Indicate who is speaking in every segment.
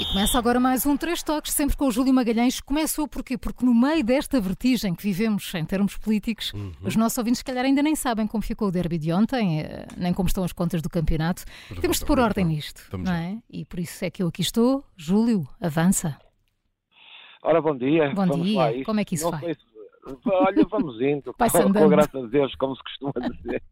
Speaker 1: E começa agora mais um Três Toques, sempre com o Júlio Magalhães. Começou porquê? Porque no meio desta vertigem que vivemos em termos políticos,
Speaker 2: Uhum.
Speaker 1: os nossos ouvintes, se calhar, ainda nem sabem como ficou o derby de ontem, eh, nem como estão as contas do campeonato. Temos de pôr
Speaker 3: vamos
Speaker 1: ordem
Speaker 2: então.
Speaker 3: lá.
Speaker 1: nisto,
Speaker 3: Vamos
Speaker 1: não
Speaker 3: lá.
Speaker 1: é? E por isso é que eu aqui estou. Júlio, avança.
Speaker 2: Ora, bom dia.
Speaker 1: Bom
Speaker 2: vamos
Speaker 1: dia.
Speaker 2: Lá. a isto.
Speaker 1: Como é que isso
Speaker 2: Não
Speaker 1: vai?
Speaker 2: sei se- Olha, vamos indo.
Speaker 1: Vai-se
Speaker 2: com,
Speaker 1: andando.
Speaker 2: com graça a Deus, como se costuma dizer.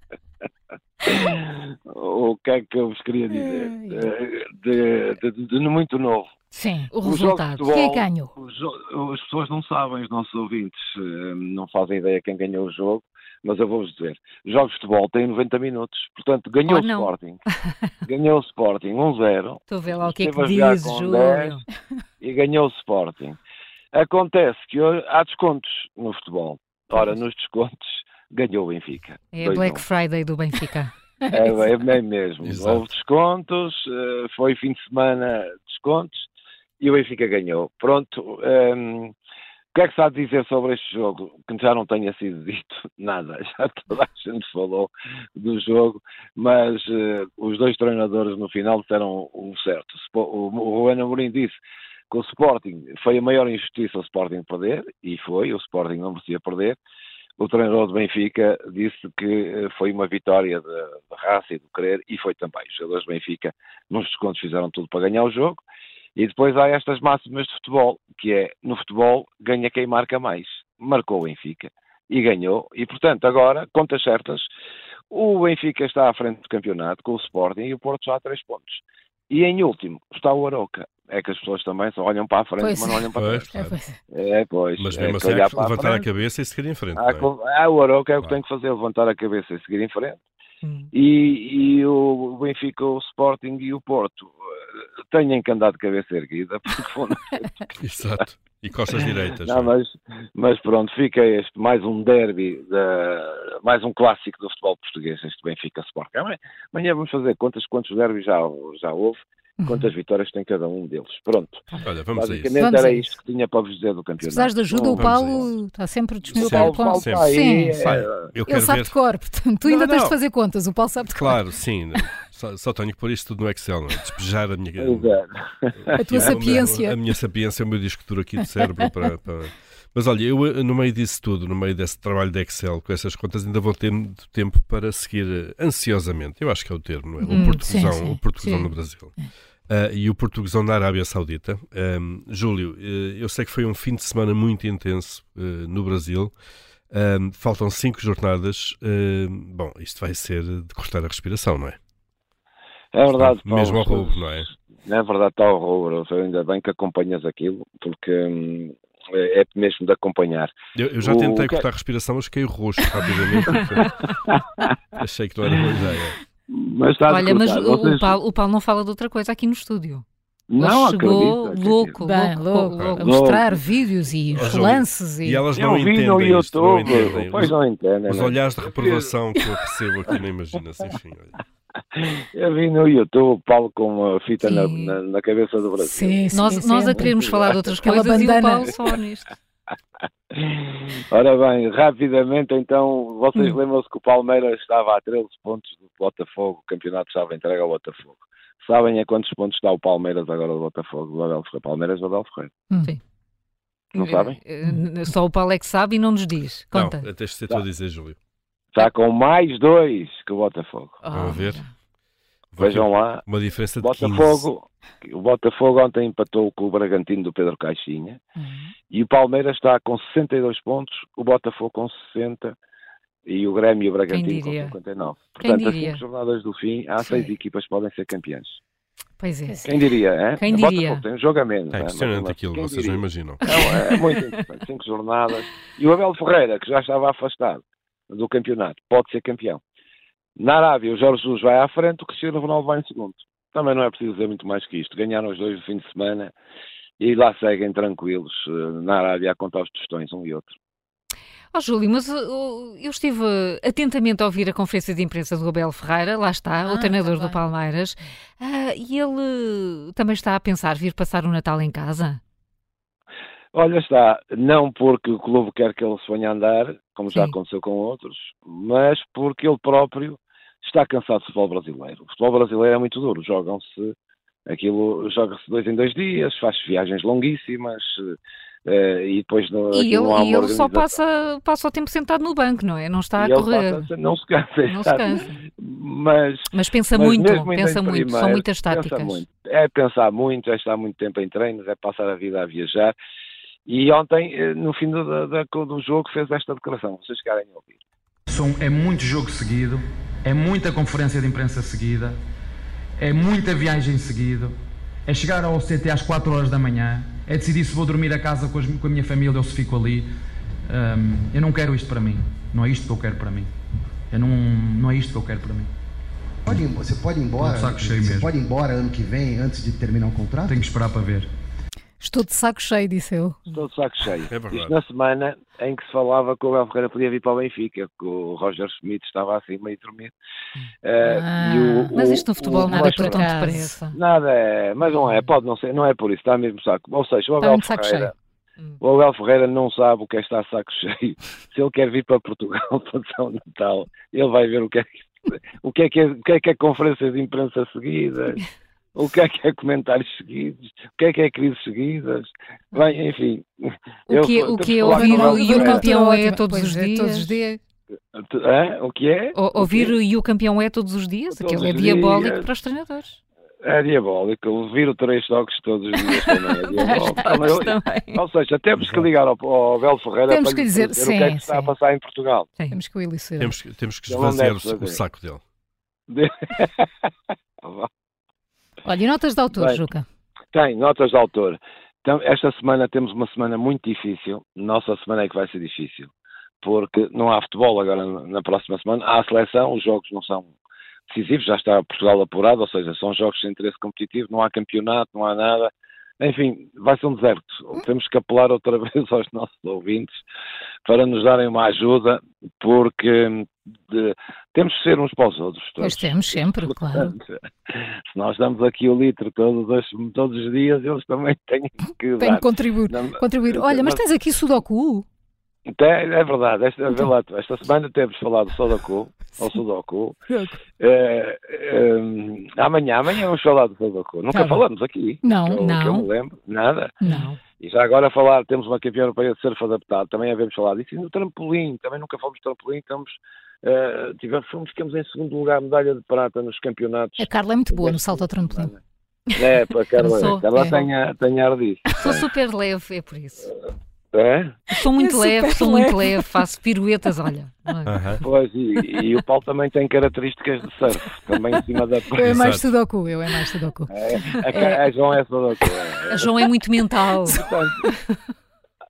Speaker 2: o que é que eu vos queria dizer? Eh, De, de, de- de muito novo.
Speaker 1: Sim, o
Speaker 2: Os jogos de
Speaker 1: resultado. Quem é que
Speaker 2: futebol-
Speaker 1: ganhou?
Speaker 2: Os jo- As pessoas não sabem, os nossos ouvintes eh, não fazem ideia quem ganhou o jogo, mas eu vou-vos dizer. Jogos de futebol têm 90 minutos, portanto, ganhou
Speaker 4: Oh,
Speaker 2: o
Speaker 4: não.
Speaker 2: Sporting. ganhou o Sporting 1-0.
Speaker 4: Estou a ver lá o que é que
Speaker 2: Esteve a jogar
Speaker 4: diz,
Speaker 2: com
Speaker 4: Júlio.
Speaker 2: 10. e ganhou o Sporting. Acontece que hoje há descontos no futebol. Ora, nos descontos ganhou o Benfica.
Speaker 4: É a
Speaker 2: 2-1.
Speaker 4: Black Friday do Benfica.
Speaker 2: É, é bem mesmo.
Speaker 3: Exato.
Speaker 2: Houve descontos, eh, foi fim de semana descontos e o Benfica ganhou. Pronto. ehm, o que é que se há de dizer sobre este jogo? Que já não tenha sido dito nada, já toda a gente falou do jogo, mas eh, os dois treinadores no final disseram o certo. O Spo- O Ruben Amorim disse que o Sporting foi a maior injustiça o Sporting perder, e foi, o Sporting não merecia perder. O treinador do Benfica disse que eh, foi uma vitória da da raça e do querer, e foi também. Os jogadores do Benfica, nos descontos, fizeram tudo para ganhar o jogo. E depois há estas máximas de futebol, que é, no futebol, ganha quem marca mais. Marcou o Benfica e ganhou. E, portanto, agora, contas certas, o Benfica está à frente do campeonato com o Sporting e o Porto já há três pontos. E, em último, está o Aroca. É que as pessoas também só olham para a frente,
Speaker 1: Pois.
Speaker 2: mas não olham para trás.
Speaker 3: Pois,
Speaker 1: É,
Speaker 3: claro.
Speaker 1: pois,
Speaker 2: É, pois.
Speaker 3: Mas
Speaker 2: é
Speaker 3: mesmo
Speaker 2: que
Speaker 3: assim, há
Speaker 2: olhar
Speaker 3: que
Speaker 2: para a
Speaker 3: levantar a
Speaker 2: frente.
Speaker 3: cabeça e seguir em frente.
Speaker 2: Há,
Speaker 3: não é?
Speaker 2: que- há o Aroca, é o que
Speaker 3: Claro.
Speaker 2: tem que fazer, levantar a cabeça e seguir em frente
Speaker 4: Hum.
Speaker 2: e, e o Benfica, o Sporting e o Porto eh, têm que andar de cabeça erguida, porque vão-
Speaker 3: Exato. E costas direitas.
Speaker 2: não,
Speaker 3: não é?
Speaker 2: mas, mas pronto, fica este mais um derby, da- mais um clássico do futebol português, este Benfica Sporting. Amanhã, amanhã vamos fazer contas quantos derbys já, já houve, quantas vitórias tem cada um deles. Pronto,
Speaker 3: Olha, Uhum. vamos a isso.
Speaker 2: basicamente
Speaker 1: Vamos a
Speaker 2: era
Speaker 1: isso.
Speaker 2: isto que tinha para vos dizer
Speaker 1: Se
Speaker 2: do campeonato.
Speaker 1: precisares de ajuda, o
Speaker 2: Não,
Speaker 3: vamos a
Speaker 1: Paulo está sempre disponível
Speaker 3: Sempre,
Speaker 1: para
Speaker 2: Paulo,
Speaker 1: o Paulo.
Speaker 2: Paulo
Speaker 3: sempre.
Speaker 2: está aí,
Speaker 1: Sim.
Speaker 2: é,
Speaker 3: Sai. Eu
Speaker 1: Ele
Speaker 3: quero
Speaker 1: sabe
Speaker 3: ver.
Speaker 1: de cor, portanto, tu ainda
Speaker 3: Não,
Speaker 1: tens de
Speaker 3: não.
Speaker 1: fazer contas. O Paulo sabe de cor.
Speaker 3: Claro, sim. Só, só tenho que pôr isto tudo no Excel, não é? Despejar a minha.
Speaker 2: exato.
Speaker 1: A tua
Speaker 3: o meu-
Speaker 1: sapiência.
Speaker 3: É, A minha sapiência, o meu disco duro aqui do cérebro. para, para- Mas olha, eu eh, no meio disso tudo, no meio desse trabalho de Excel, com essas contas, ainda vou ter tempo para seguir eh, ansiosamente, eu acho que é o termo, não é?
Speaker 1: Hum,
Speaker 3: O portuguesão,
Speaker 1: sim, sim,
Speaker 3: o portuguesão
Speaker 1: sim.
Speaker 3: no Brasil. Ah, e o portuguesão na Arábia Saudita. Ahm, Júlio, eh, eu sei que foi um fim de semana muito intenso eh, no Brasil. Ahm, faltam cinco jornadas. Ahm, bom, isto vai ser de cortar a respiração, não é?
Speaker 2: É verdade, Paulo.
Speaker 3: Mesmo ao roubo, não é?
Speaker 2: Na verdade está horror, ainda bem que acompanhas aquilo, porque hum, é é mesmo de acompanhar.
Speaker 3: Eu, eu já
Speaker 2: O
Speaker 3: tentei
Speaker 2: que- é
Speaker 3: cortar a respiração, mas fiquei roxo rapidamente. portanto, Achei que não era boa ideia.
Speaker 2: Mas está
Speaker 4: Olha, mas
Speaker 2: cortar.
Speaker 4: o, o
Speaker 2: Tá Vocês-
Speaker 4: Paulo, o Paulo não fala de outra coisa aqui no estúdio. Ele
Speaker 2: não
Speaker 4: chegou
Speaker 2: acredito,
Speaker 4: louco,
Speaker 1: Bem,
Speaker 4: louco,
Speaker 1: louco,
Speaker 4: louco.
Speaker 1: a mostrar vídeos e
Speaker 3: Ó,
Speaker 1: os
Speaker 3: Júlio,
Speaker 1: lances e,
Speaker 3: E elas
Speaker 2: Eu
Speaker 3: não
Speaker 2: vi
Speaker 3: entendem
Speaker 2: no
Speaker 3: isto, não
Speaker 2: YouTube,
Speaker 3: entendem.
Speaker 2: pois
Speaker 3: Os,
Speaker 2: não entendem. né?
Speaker 3: os
Speaker 2: não. é?
Speaker 3: olhares de reprovação que eu recebo aqui na imaginação. Enfim, olha.
Speaker 2: Eu vi no YouTube, Paulo com uma fita na,
Speaker 4: Sim.
Speaker 2: na- na cabeça do Brasil.
Speaker 1: Sim, sim,
Speaker 4: Nós,
Speaker 1: sim,
Speaker 4: nós a
Speaker 1: sim.
Speaker 4: queremos falar de outras
Speaker 1: Aquela
Speaker 4: coisas e o
Speaker 1: bandana.
Speaker 4: Paulo só nisto.
Speaker 2: Ora bem, rapidamente então,
Speaker 4: Hum.
Speaker 2: vocês lembram-se que o Palmeiras estava a 13 pontos do Botafogo, o campeonato estava entregue ao Botafogo. Sabem a quantos pontos está o Palmeiras agora do Botafogo, do Abel Ferreira? Palmeiras do Abel Ferreira.
Speaker 1: Hum.
Speaker 4: Sim.
Speaker 2: Não sabem?
Speaker 4: Eh, eh, Só o Paulo é que sabe e não nos diz. Conta.
Speaker 3: Não, até estou a dizer, Júlio.
Speaker 2: Está Tá com mais dois que o Botafogo.
Speaker 4: Ah. Oh,
Speaker 3: Vamos ver. Vai
Speaker 2: Vejam
Speaker 3: ter
Speaker 2: lá,
Speaker 3: Uma diferença de 15.
Speaker 2: Botafogo, o Botafogo ontem empatou com o Bragantino do Pedro Caixinha.
Speaker 4: Uhum.
Speaker 2: E o Palmeiras está com 62 pontos, o Botafogo com 60 e o Grêmio e o Bragantino com
Speaker 4: diria?
Speaker 2: 59.
Speaker 4: Quem
Speaker 2: Portanto, as
Speaker 4: diria?
Speaker 2: cinco jornadas do fim, há
Speaker 4: Sim.
Speaker 2: seis equipas que podem ser campeãs.
Speaker 4: Pois é.
Speaker 2: Quem diria, hein?
Speaker 4: Quem
Speaker 2: o
Speaker 4: diria?
Speaker 2: Botafogo tem um jogo a menos.
Speaker 3: Está
Speaker 2: hein? Mas-
Speaker 3: É impressionante
Speaker 2: mas
Speaker 3: aquilo,
Speaker 2: quem
Speaker 3: vocês não
Speaker 2: diria?
Speaker 3: imaginam.
Speaker 2: Não, é muito interessante. Cinco jornadas. E o Abel Ferreira, que já estava afastado do campeonato, pode ser campeão. Na Arábia, o Jorge Jesus vai à frente, o Cristiano Ronaldo vai em segundo. Também não é preciso dizer muito mais que isto. Ganharam os dois no fim de semana e lá seguem tranquilos eh, na Arábia a contar os tostões um e outro.
Speaker 4: Ó Júlio, mas uh, uh, eu estive uh, atentamente a ouvir a conferência de imprensa do Abel Ferreira, lá está,
Speaker 5: Ah,
Speaker 4: o treinador
Speaker 5: tá
Speaker 4: do
Speaker 5: bem.
Speaker 4: Palmeiras, Ah, e ele também está a pensar vir passar o Natal em casa?
Speaker 2: Olha, está, não porque o clube quer que ele se venha a andar, como já
Speaker 4: Sim.
Speaker 2: aconteceu com outros, mas porque ele próprio está cansado do futebol brasileiro. O futebol brasileiro é muito duro, jogam-se, aquilo joga-se dois em dois dias, faz viagens longuíssimas eh, e depois não, aquilo
Speaker 4: E ele,
Speaker 2: não há
Speaker 4: e
Speaker 2: uma
Speaker 4: ele só
Speaker 2: organização.
Speaker 4: passa, passa o tempo sentado no banco, não é? Não está
Speaker 2: E ele
Speaker 4: a correr,
Speaker 2: passa- não se cansa,
Speaker 4: não se
Speaker 2: exato.
Speaker 4: cansa.
Speaker 2: mas
Speaker 4: Mas pensa
Speaker 2: Mas
Speaker 4: muito,
Speaker 2: mesmo ainda
Speaker 4: pensa
Speaker 2: em
Speaker 4: muito, são
Speaker 2: primeiro,
Speaker 4: muitas
Speaker 2: pensa
Speaker 4: táticas.
Speaker 2: muito. É pensar muito, é estar muito tempo em treinos, é passar a vida a viajar. E ontem, eh, no fim do, da- da- do jogo, fez esta declaração. Vocês querem ouvir?
Speaker 6: São- é muito jogo seguido, é muita conferência de imprensa seguida, é muita viagem seguida, é chegar ao CT às 4 horas da manhã, é decidir se vou dormir a casa com, as- com a minha família ou se fico ali. Hum, eu não quero isto para mim. Não é isto que eu quero para mim. Eu não, não é isto que eu quero para mim.
Speaker 7: Pode ir- você pode ir
Speaker 6: Tô
Speaker 7: embora.
Speaker 6: de Um saco cheio
Speaker 7: você
Speaker 6: mesmo.
Speaker 7: pode ir embora ano que vem, antes de terminar o contrato?
Speaker 6: Tenho que esperar para ver.
Speaker 1: Estou de saco cheio, disse eu.
Speaker 2: Estou de saco cheio.
Speaker 3: É verdade.
Speaker 2: Isto na semana em que se falava que o Abel Ferreira podia vir para o Benfica, que o Roger Schmidt estava assim meio dormido. Eh,
Speaker 5: Ah,
Speaker 2: e o-
Speaker 4: Hum. Mas
Speaker 2: o-
Speaker 4: isto no futebol
Speaker 2: o-
Speaker 4: nada
Speaker 2: mas-
Speaker 4: é tão
Speaker 5: acaso.
Speaker 4: depressa.
Speaker 2: Nada é, mas não é, pode não ser, não é por isso, está mesmo de saco. Ou seja, o
Speaker 4: Está
Speaker 2: Abel
Speaker 4: muito de saco
Speaker 2: Ferreira.
Speaker 4: cheio. Hum.
Speaker 2: O Abel Ferreira não sabe o que é estar de saco cheio. Se ele quer vir para Portugal passar o Natal, ele vai ver o que é que o que é que é, o que é, que é conferências de imprensa seguidas, o que é que é comentários seguidos, o que é que é crises seguidas. Bem, enfim.
Speaker 4: O que, é- o que é
Speaker 2: temos
Speaker 4: ouvir
Speaker 2: que falar com
Speaker 4: o-
Speaker 2: o
Speaker 4: e o
Speaker 2: Abel Ferreira.
Speaker 4: campeão é
Speaker 5: Ótimo.
Speaker 4: todos
Speaker 5: Pois
Speaker 4: os
Speaker 5: é, todos
Speaker 4: dias?
Speaker 5: os dias.
Speaker 2: Hã? O que é?
Speaker 4: O- Ouvir e o campeão é todos os dias?
Speaker 2: Todos
Speaker 4: Aquilo é
Speaker 2: os
Speaker 4: diabólico
Speaker 2: dias.
Speaker 4: para os treinadores.
Speaker 2: É diabólico. Viro três toques todos os dias também. É diabólico. Também eu-
Speaker 4: também.
Speaker 2: Ou seja, temos que ligar ao, ao Abel Ferreira
Speaker 5: Temos
Speaker 2: para
Speaker 5: que
Speaker 2: lhe
Speaker 5: dizer,
Speaker 2: dizer o
Speaker 5: sim,
Speaker 2: que é que está a
Speaker 5: sim.
Speaker 2: passar em Portugal.
Speaker 5: Temos que o elucidar.
Speaker 3: Temos, que- temos que
Speaker 2: Ele não
Speaker 3: esvaziar
Speaker 2: deve
Speaker 3: o, o
Speaker 2: fazer.
Speaker 3: saco dele.
Speaker 5: Olha, e notas de autor,
Speaker 2: Bem.
Speaker 5: Juca?
Speaker 2: Tem, notas de autor. Então, esta semana temos uma semana muito difícil. Nossa semana é que vai ser difícil. Porque não há futebol agora na na próxima semana. Há a seleção, os jogos não são decisivos, já está Portugal apurado, ou seja, são jogos sem interesse competitivo, não há campeonato, não há nada. Enfim, vai ser um deserto. Temos que apelar outra vez aos nossos ouvintes para nos darem uma ajuda, porque hum, de- temos que ser uns para os outros. todos.
Speaker 5: Pois temos, sempre, claro.
Speaker 2: Portanto, se nós damos aqui o litro todos os, todos os dias, eles também têm que
Speaker 5: Tenho que
Speaker 2: dar.
Speaker 5: contribuir.
Speaker 2: Não-
Speaker 5: contribuir. Olha, mas
Speaker 2: mas-
Speaker 5: tens aqui Sudoku.
Speaker 2: Até- É verdade, esta, vê
Speaker 5: Então-
Speaker 2: lá tu, esta semana temos falado Sudoku, ou Sudoku.
Speaker 5: é um-
Speaker 2: Eh, ehm, amanhã, amanhã vamos falar do Sudoku. Nunca
Speaker 5: Tá bom.
Speaker 2: falamos aqui.
Speaker 5: Não,
Speaker 2: que eu,
Speaker 4: não.
Speaker 2: Que
Speaker 5: um-
Speaker 2: eu me lembro, nada.
Speaker 5: Não.
Speaker 2: E já agora falar, temos uma campeã europeia de surf adaptado, também havemos falado disso. E no trampolim, também nunca fomos trampolim, estamos, eh, tivemos, fomos, ficamos em segundo lugar, medalha de prata nos campeonatos.
Speaker 5: A Carla é muito boa no salto ao trampolim.
Speaker 2: É, para Carla,
Speaker 4: Eu sou,
Speaker 2: Carla
Speaker 4: é.
Speaker 2: tem, a- tem ar disso.
Speaker 4: Sou super leve, é por isso.
Speaker 2: É?
Speaker 4: Sou muito
Speaker 5: É
Speaker 4: leve,
Speaker 5: super
Speaker 4: sou muito leve, faço piruetas, olha.
Speaker 3: Aham.
Speaker 2: Pois, e, e o Paulo também tem características de surf, também em cima da
Speaker 5: Eu é mais
Speaker 3: Exato.
Speaker 5: Sudoku, eu é mais Sudoku.
Speaker 2: É, a, ca- a João é só da
Speaker 4: A João é muito mental.
Speaker 2: Portanto,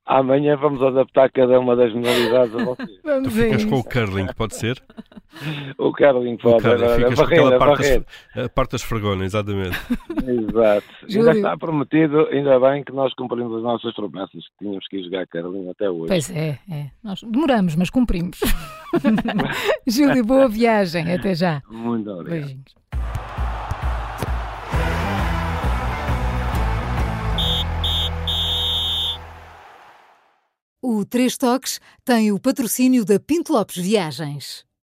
Speaker 2: amanhã vamos adaptar cada uma das modalidades a vocês.
Speaker 3: Tu
Speaker 5: Vamos ver.
Speaker 3: ficas com o curling, pode ser?
Speaker 2: O Carlinho
Speaker 3: O
Speaker 2: pode
Speaker 3: curling,
Speaker 2: agora,
Speaker 3: ficas com
Speaker 2: barreira,
Speaker 3: aquela parte assim.
Speaker 2: barreira.
Speaker 3: das, a parte das fregonas, exatamente.
Speaker 2: Exato.
Speaker 5: Júlio.
Speaker 2: Ainda está prometido, ainda bem que nós cumprimos as nossas promessas, que tínhamos que ir jogar Carlinho até hoje.
Speaker 5: Pois é, é. Nós demoramos, mas cumprimos. Júlio, boa viagem. Até já.
Speaker 2: Muito obrigado.
Speaker 5: Beijinhos.
Speaker 1: O Três Toques tem o patrocínio da Pinto Lopes Viagens.